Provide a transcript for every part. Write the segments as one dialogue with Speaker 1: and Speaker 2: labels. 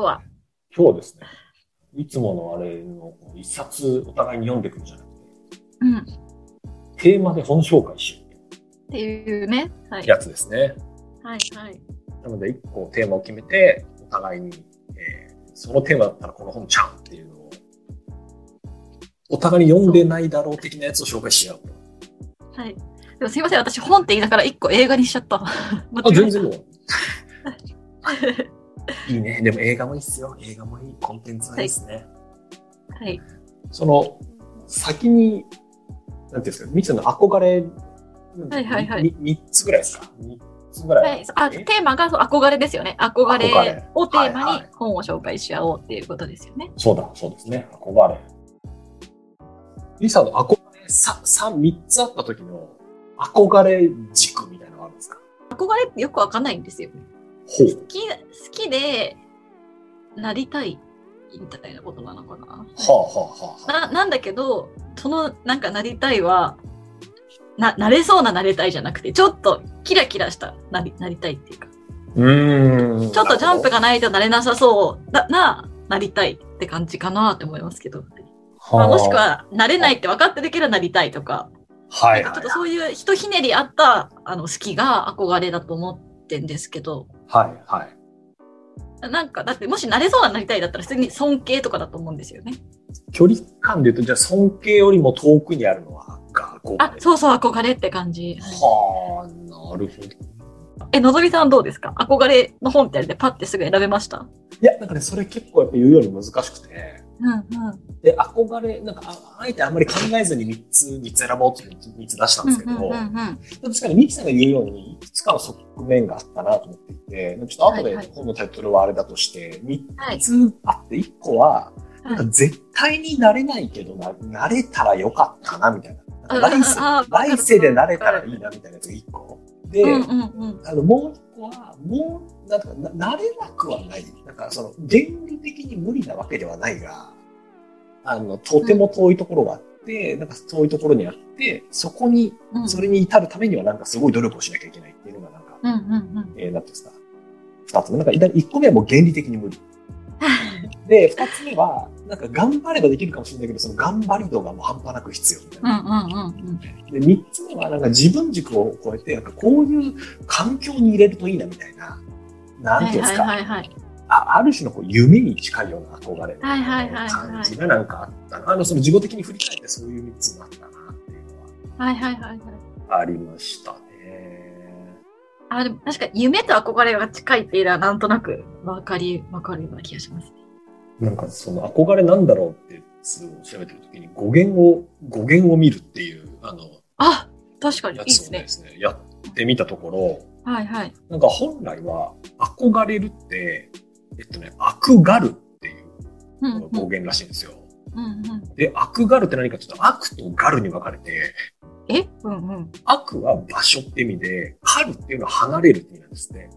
Speaker 1: 今日ですね、いつものあれの一冊お互いに読んでいくんじゃなく、
Speaker 2: うん。って
Speaker 1: テーマで本紹介しようって
Speaker 2: いうね。はい。
Speaker 1: てやつですね。
Speaker 2: はいはい。
Speaker 1: なので、一個テーマを決めて、お互いに、えーそのテーマだったらこの本ちゃんっていうのを、お互いに読んでないだろう的なやつを紹介し合う。
Speaker 2: はい。でもすいません、私本って言いながら一個映画にしちゃった。
Speaker 1: あ、
Speaker 2: あ
Speaker 1: 全然もう。いいね。でも映画もいいっすよ。映画もいい。コンテンツはいいっすね。
Speaker 2: はい。
Speaker 1: その、先に、なんていうんですか、三つの憧れ、
Speaker 2: はいはいはい
Speaker 1: に三つぐらいですか三つぐらい。
Speaker 2: はい、そうあテーマがそう憧れですよね。憧
Speaker 1: 憧
Speaker 2: れ
Speaker 1: れ
Speaker 2: をテ
Speaker 1: は
Speaker 2: ーマ
Speaker 1: い
Speaker 2: に
Speaker 1: はい
Speaker 2: 本を紹介し合おうっていうことですよね。
Speaker 1: そうだ、そうですね。憧れ。リサの憧れ、さ、三、三つあった時の憧れ軸みたいなのがあるんですか
Speaker 2: 憧れよくわかんないんですよ。
Speaker 1: ほ
Speaker 2: 好き好きでなりたいみたいなことなのか
Speaker 1: は
Speaker 2: な。
Speaker 1: あはあはあはあ。
Speaker 2: ななんだけどそのなんかなりたいはななれそうななれたいじゃなくてちょっとキラキラしたなりなりたいっていうか
Speaker 1: うーん。
Speaker 2: ちょっとジャンプ
Speaker 1: が。
Speaker 2: がないとなれなさそうなななりたいって感じかなって思いますけど、ま
Speaker 1: は
Speaker 2: あ、もしく、はなれないって分かってできるなりたいとか,、
Speaker 1: はい
Speaker 2: なんか
Speaker 1: は
Speaker 2: ち
Speaker 1: い
Speaker 2: ょっと。そういうひとひねりあったあの好きが憧れだと思ってんですけど
Speaker 1: はいはい。
Speaker 2: なんかだってもしなれそうななりたいだったら普通に尊敬とかだと思うんですよね。
Speaker 1: 距離感で言うと、じゃあ尊敬よりも遠くにあるのは、が、こう。
Speaker 2: あそうそう憧れって感じ。
Speaker 1: はあ、なるほど。
Speaker 2: え、のぞみさんどうですか憧れの本ってあれでパッてすぐ選べました
Speaker 1: いや、なんかね、それ結構やっぱ言うより難しくて、
Speaker 2: うんうん。
Speaker 1: で、憧れ、なんか、ああえてあんまり考えずに3つ、三つ選ぼうって3つ出したんですけど、確かにミキさんが言うように、いくつかの側面があったなと思っていて、なんかちょっと後
Speaker 2: はい
Speaker 1: で
Speaker 2: はい
Speaker 1: 本のタイトルはあれだとして、3
Speaker 2: はい。
Speaker 1: つあって、1個は、なんか
Speaker 2: はい
Speaker 1: 絶対になれないけどな、なれたらよかったな、みたいな。なん
Speaker 2: うんあ
Speaker 1: か
Speaker 2: ーわか
Speaker 1: 来世、
Speaker 2: る
Speaker 1: 来世でなれたらいいな、みたいなやつが1個。で、
Speaker 2: うんうんうん。
Speaker 1: あのもう一個は、もう、なんかな、なれなくはない。なんか、その、原理的に無理なわけではないが、あの、とても遠いところがあって、なんか遠いところにあって、そこに、
Speaker 2: うん
Speaker 1: それに至るためには、なんかすごい努力をしなきゃいけないっていうのが、なんか、
Speaker 2: うんうんうん。
Speaker 1: えー、なんていうんですか、二つ目。なんか、一個目はもう原理的に無理。で、二つ目は、なんか、頑張ればできるかもしれないけど、その頑張り度がもう半端なく必要みたいな。
Speaker 2: うんうんうんうん。
Speaker 1: で、三つ目はなんか自分軸を超えて、なんかこういう環境に入れるといいなみたいな、なんていうんですか、
Speaker 2: はいはいはい
Speaker 1: あある種のこう夢に近いような憧れの
Speaker 2: はいはいはいはい
Speaker 1: 感じがなんかあったな。あの、その自己的に振り返ってそういう三つもあったなっていうの
Speaker 2: はい。はいはいはいはい。
Speaker 1: はありましたね。
Speaker 2: あ、でも確かに夢と憧れが近いっていうのはなんとなくわかり、わかるような気がしますね。
Speaker 1: なんかその憧れなんだろうっていうのを調べてるときに語源を、語源を見るっていう、あの、
Speaker 2: あ確かにい
Speaker 1: や
Speaker 2: いで
Speaker 1: つを
Speaker 2: すね
Speaker 1: で。すね、やってみたところ、
Speaker 2: はいはい。
Speaker 1: なんか本来は憧れるって、えっとね、悪がるっていう
Speaker 2: うんうん
Speaker 1: 語源らしいんですよ。
Speaker 2: うんうん。
Speaker 1: で、悪がるって何かちょっと悪とがるに分かれて、
Speaker 2: えうんうん。
Speaker 1: 悪は場所って意味で、がるっていうのは離れるって意味なんですね。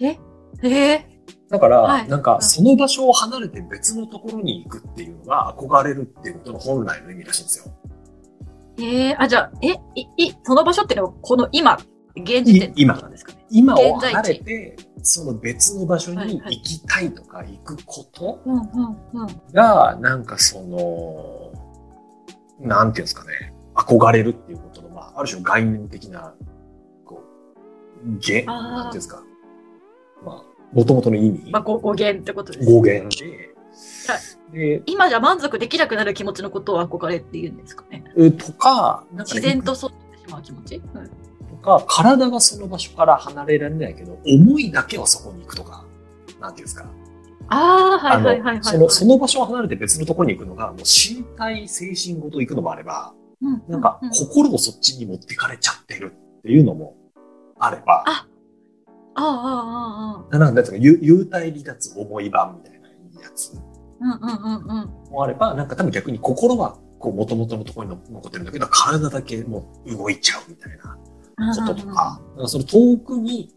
Speaker 2: へえ。
Speaker 1: だから、
Speaker 2: はい
Speaker 1: なんかその場所を離れて別のところに行くっていうのが憧れるっていうことの本来の意味らしいんですよ。
Speaker 2: へえ。あ、じゃあ、え、い、い、その場所っていうのはこの今、現時点ってことなんですかね。
Speaker 1: 今を
Speaker 2: 現在地
Speaker 1: 離れて、その別の場所に行きたいとか行くこと、
Speaker 2: うんうんうん。
Speaker 1: が、なんかその、なんていうんですかね、憧れるっていうことの、まあ、ある種の概念的な、こう、げ、
Speaker 2: あー
Speaker 1: なんていうんですか、まあ、もともとの意味、
Speaker 2: まあ、ご語源ってことですね。
Speaker 1: 語源で、で、
Speaker 2: 今じゃ満足できなくなる気持ちのことを憧れって言うんですかね。
Speaker 1: えとか、なんか
Speaker 2: 自然とそうなってしまう気持ち、うん
Speaker 1: とか、体がその場所から離れられないけど、思いだけはそこに行くとか、なんていうんですか、
Speaker 2: あ
Speaker 1: あ
Speaker 2: あ、はい
Speaker 1: の
Speaker 2: はいはいはい、はい。
Speaker 1: その、その場所を離れて別のところに行くのが、もう身体、精神ごと行くのもあれば、
Speaker 2: うん
Speaker 1: なんか
Speaker 2: うう
Speaker 1: 心をそっちに持ってかれちゃってるっていうのもあれば、
Speaker 2: あああ、ああ、あ
Speaker 1: なんですか、幽幽体離脱思い版みたいなやつ
Speaker 2: あ。うんうんうんうん。
Speaker 1: もあれば、なんか多分逆に心はこう元々のところに残ってるんだけど、体だけもう動いちゃうみたいなこととか、なんかその遠くに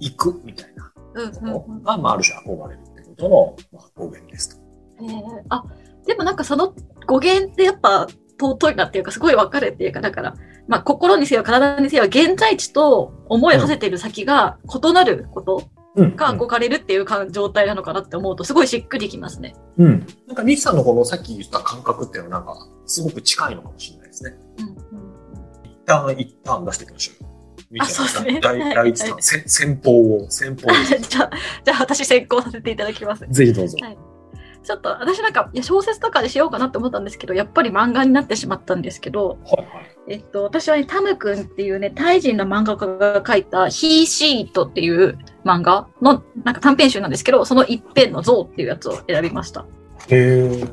Speaker 1: 行くみたいな
Speaker 2: うんうん
Speaker 1: こ
Speaker 2: うん
Speaker 1: とが、まあある種憧れるってことの、まあ、語源ですと。
Speaker 2: えーあ、でもなんかその語源ってやっぱ尊いなっていうか、すごい分かるっていうか、だから、まあ心にせよ体にせよ、現在地と思いを馳せている先が異なること
Speaker 3: うん。
Speaker 2: が憧れるっていうか状態なのかなって思うと、すごいしっくりきますね。
Speaker 3: うん。
Speaker 1: なんか、西さんのこのさっき言った感覚っていうのは、なんか、すごく近いのかもしれないですね。
Speaker 2: うんうん
Speaker 1: 一旦、一旦出していきましょうよ。
Speaker 2: あそうですね
Speaker 1: 大
Speaker 2: はい
Speaker 1: 大地さん、せ先方を、先 方を。
Speaker 2: あ じゃあ、じゃあ私先行させていただきます。
Speaker 1: ぜひどうぞ。
Speaker 2: ちょっと私なんかいや小説とかでしようかなって思ったんですけど、やっぱり漫画になってしまったんですけど、
Speaker 1: はいはい。
Speaker 2: えっと、私はね、タム君っていうね、タイ人の漫画家が書いた、ヒーシートっていう漫画の、なんか短編集なんですけど、その一編の像っていうやつを選びました。
Speaker 1: へえ。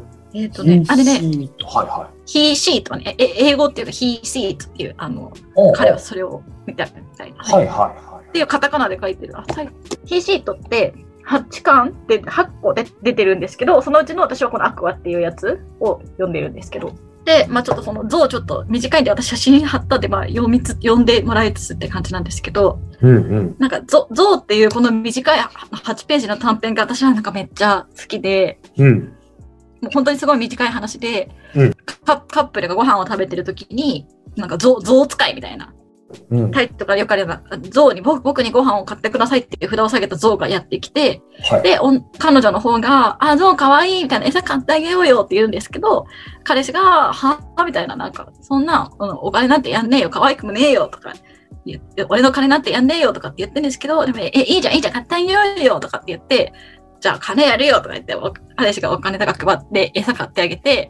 Speaker 2: えっとね、あれね、
Speaker 1: ね。はいは
Speaker 2: ヒーシートね、え英語っていうか、ヒーシートっていう、あの、
Speaker 1: い。
Speaker 2: 彼はそれを見たみたいな。
Speaker 1: はいはい
Speaker 2: っ
Speaker 1: は
Speaker 2: ていうカタカナで書いてる。あ、はい。ヒーシートって、8巻って8個で出てるんですけど、そのうちの私はこのアクアっていうやつを読んでるんですけど。で、まあちょっとその像ちょっと短いんで私写真貼ったんで、まあ読みつ、読んでもらいつつって感じなんですけど、
Speaker 3: うんうん。
Speaker 2: なんか像、像っていうこの短い8ページの短編が私はなんかめっちゃ好きで、
Speaker 3: うん。
Speaker 2: もう本当にすごい短い話で、
Speaker 3: うん
Speaker 2: カカップルがご飯を食べてる時に、なんか象、象使いみたいな
Speaker 3: うん。
Speaker 2: タイとかよくあれば、象に僕、僕にご飯を買ってくださいっていう札を下げた象がやってきて、
Speaker 1: はい
Speaker 2: で、おん彼女の方が、あ、象可愛いみたいな、餌買ってあげようよって言うんですけど、彼氏が、はぁみたいな、なんか、そんな、うんお金なんてやんねえよ、可愛くもねえよとか言って、俺の金なんてやんねえよとかって言ってるんですけど、でも、え、いいじゃん、いいじゃん、買ってあげようよとかって言って、じゃあ金やるよとか言って、お彼氏がお金とか配って、餌買ってあげて、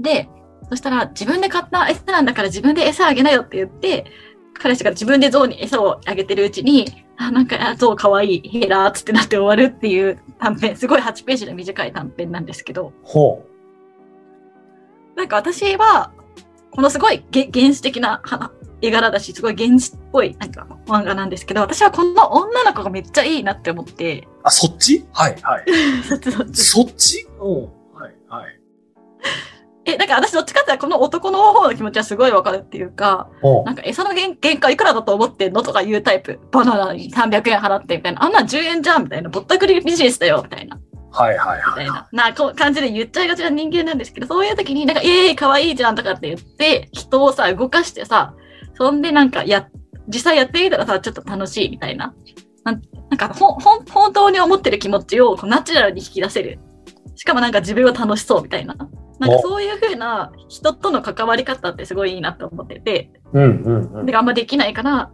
Speaker 2: で、そしたら、自分で買った餌なんだから自分で餌あげなよって言って、彼氏が自分で象に餌をあげてるうちに、あ、なんか、あ象かわいい、へらーっつってなって終わるっていう短編、すごい8ページの短い短編なんですけど、
Speaker 3: ほ
Speaker 2: なんか私は、このすごいげ原始的な花絵柄だし、すごい原始っぽいなんか漫画なんですけど、私はこの女の子がめっちゃいいなって思って、
Speaker 1: い。あ、そっちはいはい。
Speaker 2: そっちそっち
Speaker 1: そっちうん。はいはい。
Speaker 2: え、なんか私どっちかっていうとこの男の方の気持ちはすごいわかるっていうか
Speaker 3: う。、ほ
Speaker 2: なんか餌の限限界いくらだと思ってんのとか言うタイプ。バナナに300円払ってみたいな。あんなん10円じゃんみたいな。ぼったくりビジネスだよみたいな。
Speaker 1: はいはい
Speaker 2: みた
Speaker 1: はいい。
Speaker 2: ななこう感じで言っちゃいがちな人間なんですけど、そういう時になんか、ええー、可愛いじゃんとかって言って、人をさ、動かしてさ、そんでなんかや、実際やってみたらさ、ちょっと楽しいみたいな。なんなんかほんほん、本当に思ってる気持ちをこうナチュラルに引き出せる。しかもなんか自分は楽しそうみたいな。なんか
Speaker 3: お
Speaker 2: そういう風な人との関わり方ってすごいいいなと思ってて、
Speaker 3: う。うんうんうん。
Speaker 2: で、あんまできないから、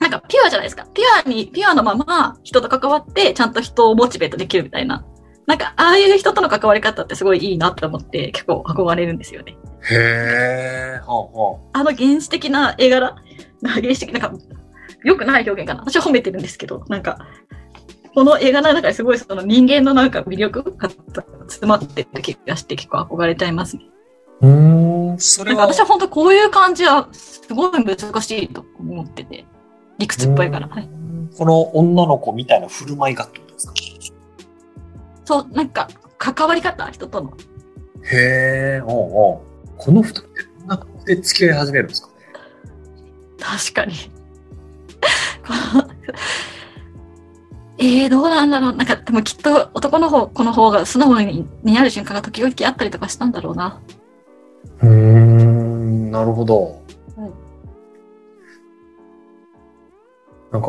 Speaker 2: なんかピュアじゃないですか。ピュアに、ピュアのまま人と関わって、ちゃんと人をモチベートできるみたいな。なんか、ああいう人との関わり方ってすごいいいなって思って、結構憧れるんですよね。
Speaker 1: へえ。ほうほ
Speaker 2: あの原始的な絵柄、原始的、なんか、良くない表現かな。私は褒めてるんですけど、なんか、この映画の中にすごいその人間のなんか魅力が詰まってる気がして結構憧れちゃいますね。
Speaker 3: うーん
Speaker 1: う。。そ
Speaker 2: な
Speaker 1: れ
Speaker 2: んか
Speaker 1: は、
Speaker 2: 私は本当こういう感じはすごい難しいと思ってて、理屈っぽいから。はい
Speaker 1: この女の子みたいな振る舞いがってことですか
Speaker 2: そう、なんか、関わり方、人との。
Speaker 1: へえ。おうおうこの二人ってどんな感じで付き合い始めるんですかね
Speaker 2: 確かに。この えー、どうなんだろう。なんか、でもきっと男の方、この方が素直に似合う瞬間が時々あったりとかしたんだろうな。
Speaker 1: うーん、なるほど。
Speaker 2: はい
Speaker 1: なんか、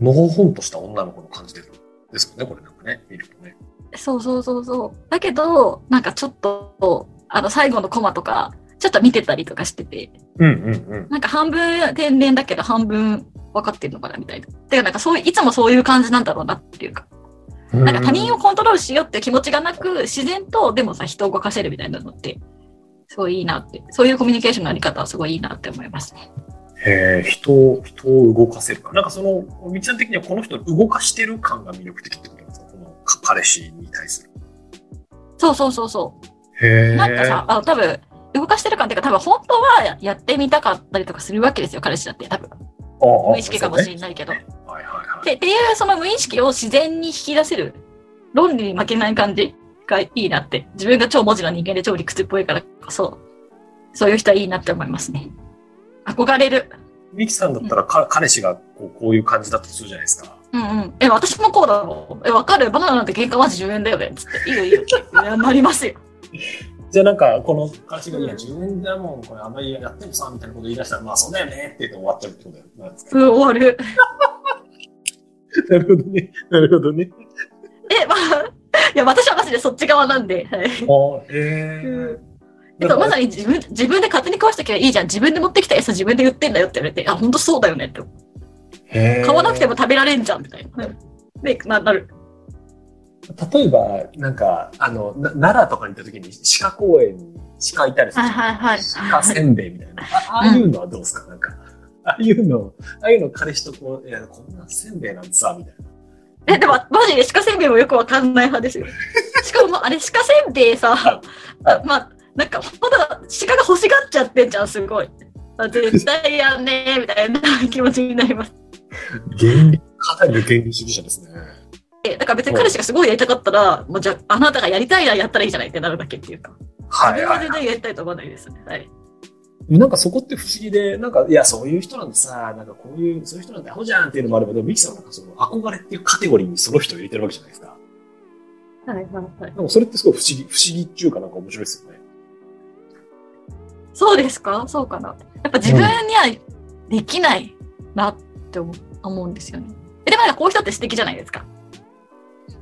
Speaker 1: のほほんとした女の子の感じですですよね、これなんかね、見るとね。
Speaker 2: そうそうそうそう。だけど、なんかちょっと、あの、最後のコマとか、ちょっと見てたりとかしてて、
Speaker 3: うんうんうん。
Speaker 2: なんか半分天然だけど半分分かってるのかなみたいな。てか、なんかそういう、いつもそういう感じなんだろうなっていうか。なんか他人をコントロールしようっていう気持ちがなく、自然とでもさ、人を動かせるみたいなのって、すごいいいなって、そういうコミュニケーションのあり方はすごいいいなって思いますね。
Speaker 1: へえ、人を、人を動かせるか。なんかその、みちゃん的にはこの人を動かしてる感が魅力的ってことなんですかこのか彼氏に対する。
Speaker 2: そうそうそうそ
Speaker 1: へ
Speaker 2: う。なんかさ、、あの多分、動かしてる感っていうか、多分本当はややってみたかったりとかするわけですよ、彼氏だって。多分、無意識かもしれないけど。
Speaker 1: そうねはいはいはい。
Speaker 2: でっていう、その無意識を自然に引き出せる、論理に負けない感じがいいなって、自分が超文字の人間で超理屈っぽいからこそ、そういう人はいいなって思いますね。憧れる。
Speaker 1: ミキさんだったら、か彼氏がこうこういう感じだとするじゃないですか。
Speaker 2: うんうん。え、私もこうだろう。え、わかるバナナなんて原価マジ10円だよね。つって、いいよいいよ。いや、なりますよ。
Speaker 1: じゃあなんか、この彼氏が、いや、10円だもん、これあんまりやってもさ、みたいなこと言い出したら、まあそうだよねって言って終わっちゃうってことなんですか
Speaker 2: うん、終わる。
Speaker 1: なるほどね。なるほどね。
Speaker 2: え、まあ、いや、私はマジでそっち側なんで、はい。
Speaker 1: あえ
Speaker 2: うんえっと、まさに自分自分で勝手に壊しときゃいいじゃん。自分で持ってきた餌自分で売ってんだよって言われて、あ、ほんとそうだよねって。
Speaker 1: に
Speaker 2: 買わなくても食べられんじゃんみたいな。で、ななる。
Speaker 1: 例えば、なんか、あの、な奈良とかに行った時に鹿公園に鹿いたりするじゃん。
Speaker 2: はいはいはい
Speaker 1: 鹿せんべいみたいな。あああいうのはどうですかなんか、ああいうの、ああいうの彼氏とこう、いや、こんなせんべいなんてさ、みたいな。
Speaker 2: え、でも、マジで鹿せんべいもよくわかんない派 ですよ。しかも、まああれ、鹿せんべいさ、あまあ、なんか、ほんとだ鹿が欲しがっちゃってんじゃん、すごい。あ絶対やんねーみたいな気持ちになります。
Speaker 1: 原理、かなりの原理主義者ですね。
Speaker 2: えだから別に彼氏がすごいやりたかったら、もうじゃあ、あなたがやりたいならやったらいいじゃないってなるだけっていうか。
Speaker 1: は
Speaker 2: 自
Speaker 1: い
Speaker 2: 分は
Speaker 1: はい
Speaker 2: 全。然やりたいと思わないですね。はい。
Speaker 1: なんかそこって不思議で、なんか、いや、そういう人なんてさ、なんかこういう、そういう人なんてアホじゃんっていうのもあれば、でも、ミキさんはなんかその憧れっていうカテゴリーにその人を入れてるわけじゃないですか。
Speaker 2: はいはいはい。
Speaker 1: でもそれってすごい不思議、不思議っていうかなんか面白いですよね。
Speaker 2: そうですかそうかな。やっぱ自分にはできないなって思う思うんですよね。えでもなんかこういう人って素敵じゃないですか。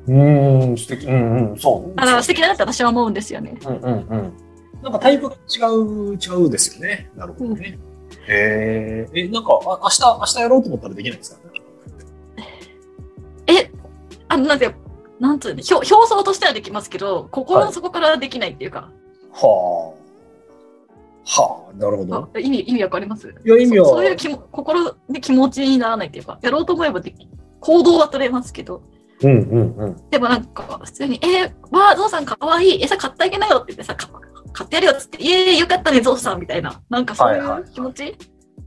Speaker 1: うーん、素敵。うんうん、そう。
Speaker 2: だから素敵だなって私は思うんですよね。
Speaker 1: うんうんうん。なんかタイプが違う、違うですよね。なるほどね。えー、え、なんか、あ明日、明日やろうと思ったらできないんですか
Speaker 2: え、あの、なんていうの、なんつうの、表表層としてはできますけど、心の底からできないっていうか、
Speaker 1: はあ。はあ、なるほど。
Speaker 2: あ意味、意味わかります
Speaker 1: いや意味は
Speaker 2: そそういう気も心で気持ちにならないっていうか、やろうと思えばでき、行動は取れますけど、
Speaker 1: うんうんうん。
Speaker 2: でもなんか、普通に、えー、わあ、ゾウさんかわいい、餌買ってあげなよって言ってさ、か買ってやるよっつって、イエーイ、よかったね、ゾウさんみたいな、なんかそうい
Speaker 1: はいはいう
Speaker 2: 気持ち、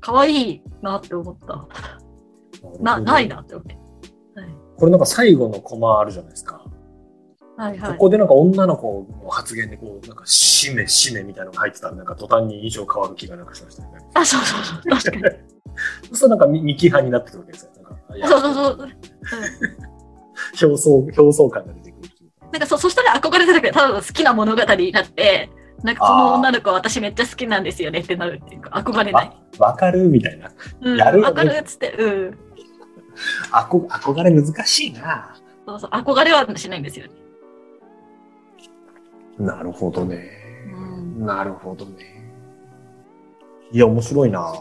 Speaker 2: かわいいなって思った。な、ない。なって思って。
Speaker 1: これなんか最後のコマあるじゃないですか。
Speaker 2: はいはい
Speaker 1: こ。こでなんか女の子の発言でこう、なんか、しめしめみたいなのが入ってたら、なんか途端に印象変わる気がなんかしましたね。
Speaker 2: あ、そうそうそう、確か
Speaker 1: そ
Speaker 2: に。
Speaker 1: うするとなんかミミキ派になってくるわけですよ。なんか、いや
Speaker 2: そうそうそう。
Speaker 1: 表層、表層感が出てくるっていうか。
Speaker 2: なんかそ、そしたら憧れてなくて、ただの好きな物語になって、なんかその女の子私めっちゃ好きなんですよねってなるっていうか、憧れない。
Speaker 1: わかるみたいな。
Speaker 2: うん、
Speaker 1: やるよね
Speaker 2: わかるっつって、うん。
Speaker 1: あこ憧れ難しいな。
Speaker 2: そうそう、憧れはしないんですよね。
Speaker 1: なるほどね。
Speaker 2: うん
Speaker 1: なるほどね。いや、面白いな。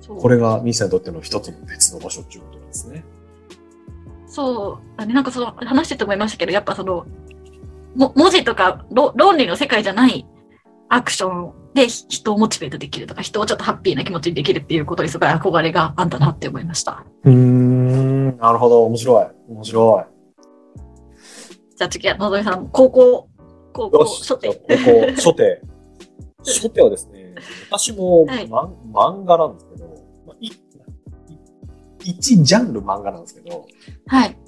Speaker 2: そう
Speaker 1: これがミサにとっての一つの別の場所っていうことなんですね。
Speaker 2: そうだね、なんかその話してて思いましたけど、やっぱその、も文字とかろ論理の世界じゃないアクションでひ人をモチベートできるとか、人をちょっとハッピーな気持ちにできるっていうことにすごい憧れがあんだなって思いました。
Speaker 1: うーん、なるほど。面白い。面白
Speaker 2: じゃあ次はのぞみさん、高校、 高
Speaker 1: い。
Speaker 2: 校、
Speaker 1: よし、
Speaker 2: 初手。
Speaker 1: ここ、初手。初手はですね、私も、
Speaker 2: はい
Speaker 1: まん漫画なんですけど、まあ、いい一ジャンル漫画なんですけど、
Speaker 2: はい。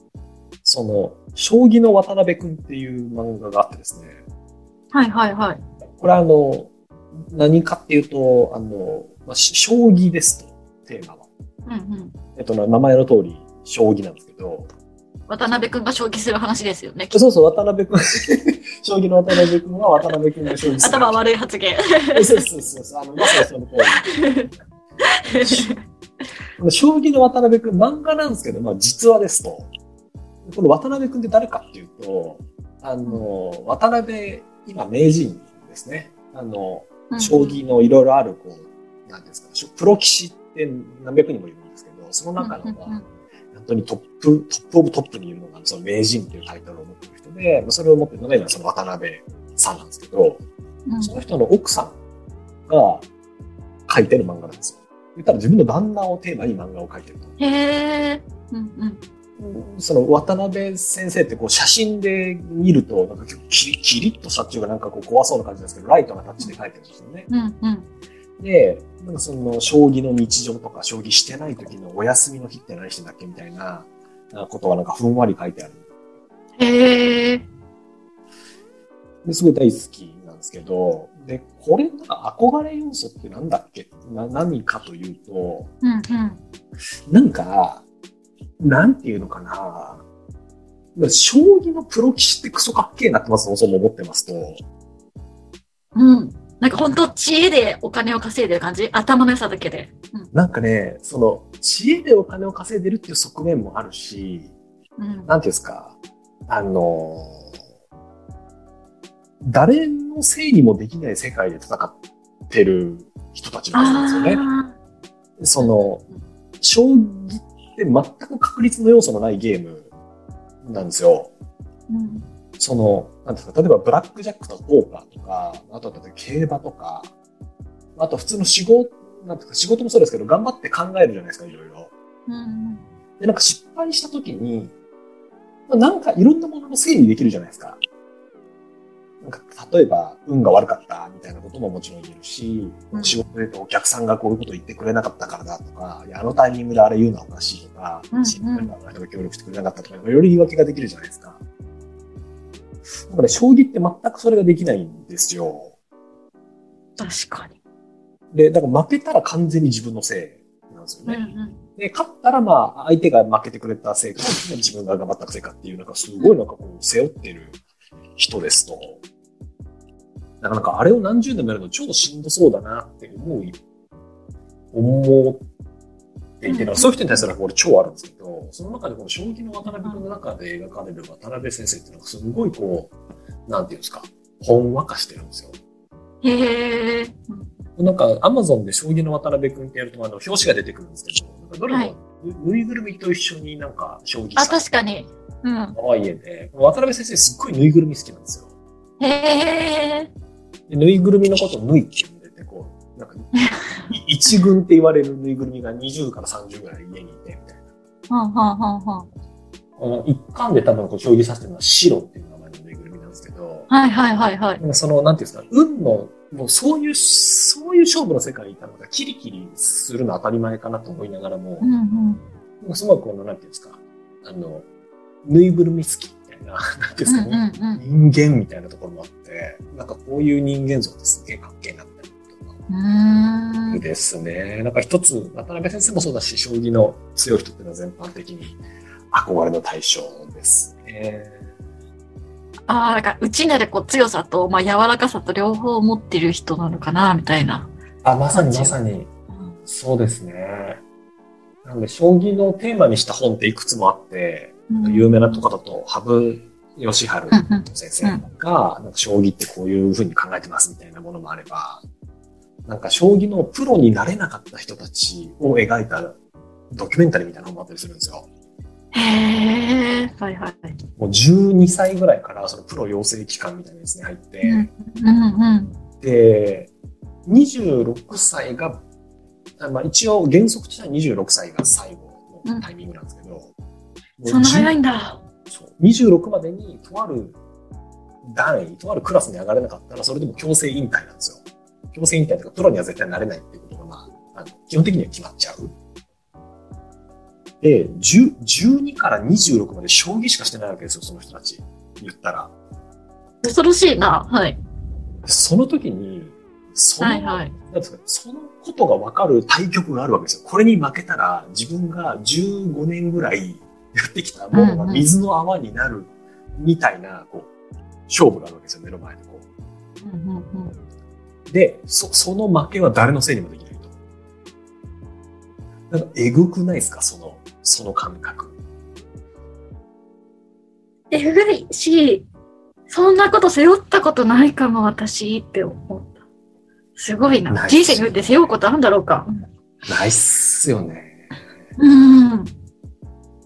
Speaker 1: その、将棋の渡辺くんっていう漫画があってですね、
Speaker 2: はいはいはい。
Speaker 1: これはあの、何かっていうと、あの、まあ、し将棋ですと、テーマは。
Speaker 2: うんうん。
Speaker 1: えっと、名前の通り、将棋なんですけど、
Speaker 2: 渡辺くんが将棋する話ですよね。
Speaker 1: そうそう、渡辺 くん、将棋の渡辺くんは渡辺くんが将棋する。
Speaker 2: 頭悪い 発言。
Speaker 1: そうそうそうそう、あの、まさにその通り。将棋の渡辺くん、漫画なんですけど、まあ、実話ですと。この渡辺くんって誰かっていうと、あの、渡辺、今、名人ですね。あの、将棋のいろいろある、こう、なんていうんですか、しょプロ棋士って何百人もいるんですけど、その中の、まあ
Speaker 2: うんうんうん
Speaker 1: 本当にトップ、トップオブトップにいるのが、その名人っていうタイトルを持ってる人で、まあそれを持ってるのが今、その渡辺さんなんですけど、
Speaker 2: うん。
Speaker 1: その人の奥さんが書いてる漫画なんですよ。言ったら自分の旦那をテーマに漫画を書いてると。
Speaker 2: へえ。うんうん。
Speaker 1: その渡辺先生ってこう写真で見ると、なんかキリキリッとしたっていうかなんかこう怖そうな感じなんですけど、ライトなタッチで書いてるんですよね。
Speaker 2: うんうん。
Speaker 1: で、なんかその、将棋の日常とか、将棋してない時のお休みの日って何してんだっけみたいなあことがなんかふんわり書いてある。
Speaker 2: へえ。
Speaker 1: ですごい大好きなんですけど、で、これなんか憧れ要素ってなんだっけな何かというと、
Speaker 2: うんうん。
Speaker 1: なんか、なんていうのかな。将棋のプロ棋士ってクソかっけえなってますそもそも思ってますと、
Speaker 2: うん。なんか本当知恵でお金を稼いでる感じ頭の良さだけで。
Speaker 1: なんかね、その、知恵でお金を稼いでるっていう側面もあるし、
Speaker 2: うん。
Speaker 1: なんていうんですか、あのー誰のせいにもできない世界で戦ってる人たちなんですよね。
Speaker 2: あ
Speaker 1: その、将棋って全く確率の要素のないゲームなんですよ。
Speaker 2: ーうん
Speaker 1: その、なんですか、例えばブラックジャックとかポーカーとか、あとは競馬とか、あと普通の仕事、なんていうか仕事もそうですけど、頑張って考えるじゃないですか、いろいろ。
Speaker 2: うん
Speaker 1: で、なんか失敗した時に、まあなんかいろんなもののせいにできるじゃないですか。なんか、例えば、運が悪かったみたいなことももちろん言えるし、
Speaker 2: うん
Speaker 1: 仕事で言うとお客さんがこういうこと言ってくれなかったからだとか、いやあのタイミングであれ言うのはおかしいとか
Speaker 2: うんう、ん
Speaker 1: 新聞のあの人が協力してくれなかったとか、いろいろ言い訳ができるじゃないですか。だから、将棋って全くそれができないんですよ。
Speaker 2: 確かに。
Speaker 1: で、だから負けたら完全に自分のせいなんですよ
Speaker 2: うん
Speaker 1: ね。
Speaker 2: うん
Speaker 1: で、勝ったらまあ、相手が負けてくれたせいか、自分が頑張ったせいかっていう、なんかすごいなんかこう、背負ってる人ですと。なかなかあれを何十年もやるの超しんどそうだなって思う、思っていて、なんかそういう人に対するなんか俺超あるんですけど、その中でこの将棋の渡辺君の中で描かれる渡辺先生っていうのがすごいこう、なんていうんですか、ほんわかしてるんですよ。
Speaker 2: へえ。
Speaker 1: なんか、アマゾンで将棋の渡辺君ってやると、あの、表紙が出てくるんですけど、なんかどれ
Speaker 2: はい
Speaker 1: もぬ、ぬいぐるみと一緒になんか、将棋
Speaker 2: あ、
Speaker 1: した
Speaker 2: 確かに。う
Speaker 1: 可
Speaker 2: ん。
Speaker 1: 愛い絵で、渡辺先生すっごいぬいぐるみ好きなんですよ。
Speaker 2: へえ。
Speaker 1: でぬいぐるみのことをぬいって呼んでて、こう、 なんか、い一軍って言われるぬいぐるみが20から30ぐらい家にいて、みたいな。
Speaker 2: はんはんはんはん。
Speaker 1: あの、一巻で多分こう、将棋指してるのは白っていう名前のぬいぐるみなんですけど、
Speaker 2: はいはいはいはい。
Speaker 1: なんかその、なんていうんですか、運の、もうそういう、そういう勝負の世界にいたのが、キリキリするのは当たり前かなと思いながらも、
Speaker 2: うんうん。
Speaker 1: すごいこの、なんていうんですか、あの、ぬいぐるみ好きみたいな、 なんていうんですか
Speaker 2: うんう
Speaker 1: ね、
Speaker 2: んうん。
Speaker 1: 人間みたいなところもあって、なんかこういう人間像ってすげえかっけえなって思っ
Speaker 2: うー
Speaker 1: た
Speaker 2: ん
Speaker 1: ですね。なんか一つ、渡辺先生もそうだし、将棋の強い人っていうのは全般的に憧れの対象ですね。
Speaker 2: ああ、だから、内なるこう強さと、まあ、柔らかさと両方持ってる人なのかな、みたいな。
Speaker 1: あ、ま
Speaker 2: さにまさ
Speaker 1: に。
Speaker 2: うん
Speaker 1: そうですね。なので、将棋のテーマにした本っていくつもあって、有名なとこだと、羽生善治
Speaker 2: うんうん
Speaker 1: 先生が、なんか将棋ってこういうふうに考えてますみたいなものもあれば、なんか将棋のプロになれなかった人たちを描いたドキュメンタリーみたいなのもあったりするんですよ。
Speaker 2: へえ、はいはい。
Speaker 1: もう12歳ぐらいからそのプロ養成機関みたいなやつに入って、
Speaker 2: うんうんうん。
Speaker 1: で、26歳が、あまあ、一応原則としては26歳が最後のタイミングなんですけど、もう
Speaker 2: そんな早いんだ。
Speaker 1: そう26までにとある段位、とあるクラスに上がれなかったら、それでも強制引退なんですよ。強制引退とか、プロには絶対なれないっていうことが、まあ、あの基本的には決まっちゃう。で、10 12から26まで将棋しかしてないわけですよ、その人たち。言ったら。
Speaker 2: 恐ろしいな。はい。
Speaker 1: その時に、その、
Speaker 2: はいはい。
Speaker 1: なんですか、そのことがわかる対局があるわけですよ。これに負けたら、自分が15年ぐらいやってきたもの
Speaker 2: うんう
Speaker 1: が
Speaker 2: ん
Speaker 1: 水の泡になるみたいな、こう、勝負があるわけですよ、目の前でこ
Speaker 2: うんうんうん
Speaker 1: う。で、そ、その負けは誰のせいにもできないと。なんか、えぐくないですか、その、その感覚。
Speaker 2: えぐいし、そんなこと背負ったことないかも、私って思った。すごい
Speaker 1: な
Speaker 2: な。
Speaker 1: い
Speaker 2: 人生において背負うことあるんだろうか。
Speaker 1: ないっすよね。
Speaker 2: うんうん。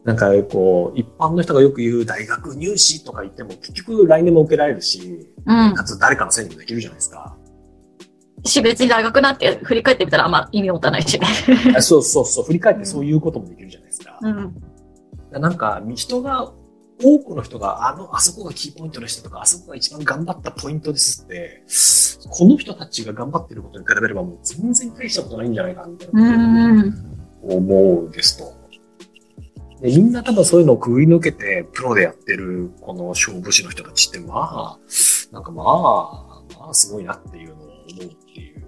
Speaker 1: なんか、こう、一般の人がよく言う大学入試とか言っても、結局来年も受けられるし、
Speaker 2: うん
Speaker 1: か。つ誰かのせいにもできるじゃないですか。
Speaker 2: し、別に大学なんて振り返ってみたらあんま意味持たないしね。
Speaker 1: あそうそうそう、振り返ってそういうこともできるじゃないですか。
Speaker 2: うん。
Speaker 1: なんか、人が、多くの人が、あの、あそこがキーポイントでしたとか、あそこが一番頑張ったポイントですって、この人たちが頑張ってることに比べればもう全然大したことないんじゃないかなみたいな
Speaker 2: うん。
Speaker 1: 思うですと。でみんな多分そういうのをくぐり抜けて、プロでやってる、この勝負師の人たちって、まあ、なんかまあ、まあすごいなっていうのを思うっていう、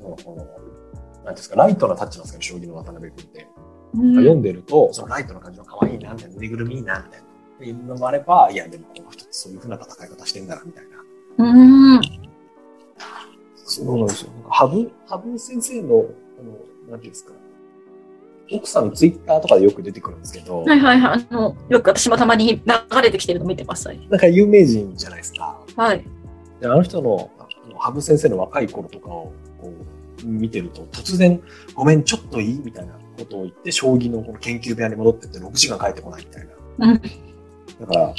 Speaker 1: このこの、なんていうんですか、ライトなタッチなんですけど、将棋の渡辺君って。
Speaker 2: うん
Speaker 1: 読。んでると、そのライトの感じは可愛いな、みたいな、ぬいぐるみいいな、みたいな。っていうのもあれば、いや、でもこの人ってそういうふうな戦い方してんだな、みたいな。
Speaker 2: うん。
Speaker 1: そそうなんですよ。なんか羽生、羽生先生の、あの、なんていうんですか、奥さんのツイッターとかでよく出てくるんですけど、
Speaker 2: はいはいはい。あの、よく私もたまに流れてきてるの見てます。はい。
Speaker 1: なんか有名人じゃないですか。
Speaker 2: はい。
Speaker 1: であの人の、ああの羽生先生の若い頃とかをこう見てると、突然、ごめん、ちょっといいみたいなことを言って、将棋のこの研究部屋に戻ってって、6時間帰ってこないみたいな。
Speaker 2: うん。
Speaker 1: だから、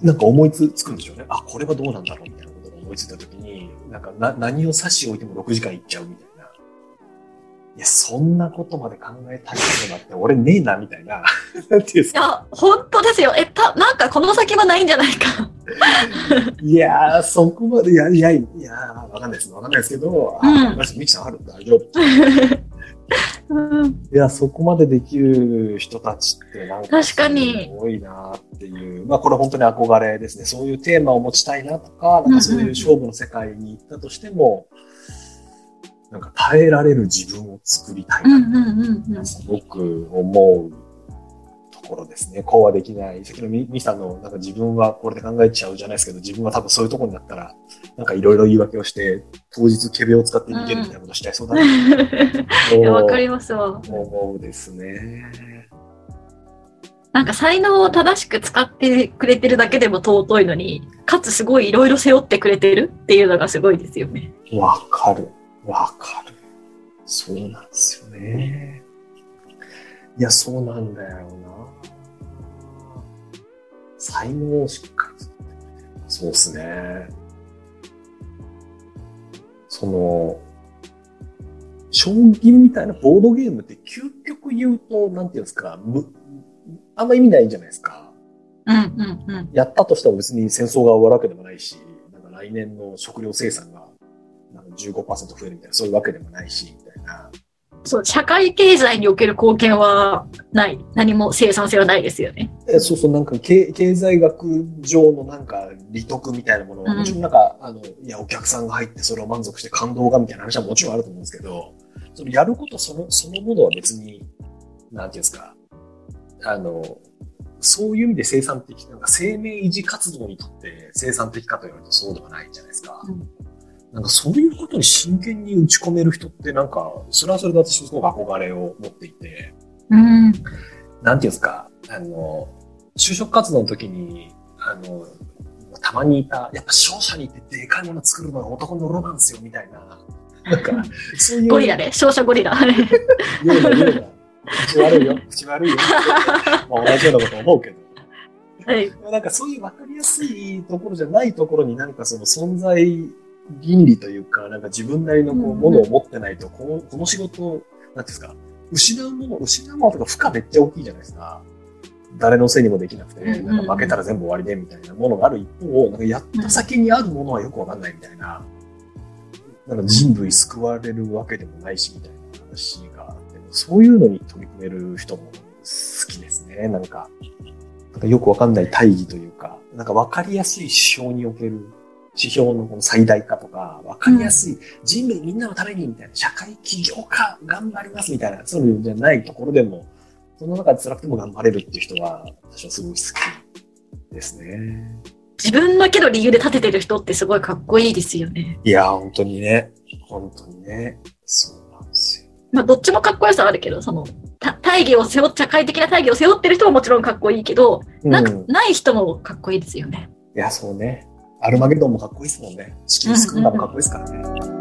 Speaker 1: なんか思いつつくんでしょうね。あ、これはどうなんだろうみたいなことが思いついたときに、なんかな何を差し置いても6時間いっちゃうみたいな。いや、そんなことまで考えたいことなんて俺ねえな、みたいな。 なんていうんです
Speaker 2: い
Speaker 1: か。
Speaker 2: や、本当ですよ。え、た、なんかこの先はないんじゃないか。
Speaker 1: いやー、そこまで、いや、いや、いやー、わかんないです。わかんないですけど、あ
Speaker 2: うん
Speaker 1: ありましたミキさんある大丈夫。
Speaker 2: うん。
Speaker 1: いや、そこまでできる人たちってなんか
Speaker 2: 確かに
Speaker 1: すごいなっていう。まあこれ本当に憧れですね。そういうテーマを持ちたいなとか、なんかそういう勝負の世界に行ったとしても、なんか耐えられる自分を作りたい
Speaker 2: うんう
Speaker 1: なっ
Speaker 2: んうんう
Speaker 1: て
Speaker 2: ん。
Speaker 1: すごく思うところですね。こうはできない。さっきのミミキさんのなんか自分はこれで考えちゃうじゃないですけど、自分は多分そういうところになったら、なんかいろいろ言い訳をして、当日ケベを使って逃げるみたいなことしちゃいそうだな。
Speaker 2: いや、わかりますわ。
Speaker 1: 思うですね。
Speaker 2: なんか才能を正しく使ってくれてるだけでも尊いのに、かつすごいいろいろ背負ってくれてるっていうのがすごいですよね。
Speaker 1: わかる。わかる。そうなんですよね。いや、そうなんだよな。才能をしっかり。そうですね。その、将棋みたいなボードゲームって究極言うと、なんていうんですか、むあんま意味ないじゃないですか。
Speaker 2: うんうんうん。
Speaker 1: やったとしても別に戦争が終わるわけでもないし、なんか来年の食料生産がなんか15%増えるみたいな、そういうわけでもないし、みたいな。
Speaker 2: そう、社会経済における貢献はない。何も生産性はないですよね。
Speaker 1: えそうそう、なんか経経済学上のなんか利得みたいなものは、
Speaker 2: うん
Speaker 1: もちろんなんか、あの、いや、お客さんが入ってそれを満足して感動がみたいな話はもちろんあると思うんですけど、そのやることその、そのものは別に、なんていうんですか、あの、そういう意味で生産的、なんか生命維持活動にとって生産的かと言われるとそうではないじゃないですか。
Speaker 2: うん
Speaker 1: なんかそういうことに真剣に打ち込める人ってなんか、それはそれで私すごく憧れを持っていて、
Speaker 2: う
Speaker 1: なん
Speaker 2: ん。
Speaker 1: ていうんですか、あの、就職活動の時に、あの、たまにいた、やっぱ商社に行ってでかいもの作るのが男のロマンスよ、みたいな。なんか、 そういう。
Speaker 2: ゴリラで、勝者ゴリラ。
Speaker 1: ようなような。口悪いよ、口悪 いよ。まあ同じようなこと思うけど。
Speaker 2: はい。
Speaker 1: でもなんかそういう分かりやすいところじゃないところになんかその存在倫理というか、なんか自分なりのこ
Speaker 2: うん
Speaker 1: う
Speaker 2: うん
Speaker 1: ものを持ってないと、こうこの仕事を、なんていうんですか、失うもの、失うものとか負荷めっちゃ大きいじゃないですか。誰のせいにもできなくて、
Speaker 2: うんうん
Speaker 1: なんか負けたら全部終わりでみたいなものがある一方、なんかやった先にあるものはよくわかんないみたいな、なんか人類救われるわけでもないしみたいな話があって、そういうのに取り組める人も好きですね、なんか。なんかよくわかんない大義というか、なんかわかりやすい指標における、指標のこの最大化とか、わかりやすい、人類みんなのためにみたいな、社会起業家頑張りますみたいな、そういうのじゃないところでも、その中で辛くても頑張れるっていう人は、私はすごい好きですね。
Speaker 2: 自分だけの理由で立ててる人ってすごいかっこいいですよね。
Speaker 1: いやー、本当にね。本当にね。そうなんですよ。
Speaker 2: まあ、どっちもかっこよさはあるけど、その、た大義を背負っ、社会的な大義を背負ってる人はもちろんかっこいいけど、なんか
Speaker 1: うん、い
Speaker 2: ない人もかっこいいですよね。
Speaker 1: や、そうね。アルマゲドンもかっこいいですもんね。地球救うのもかっこいいですからね。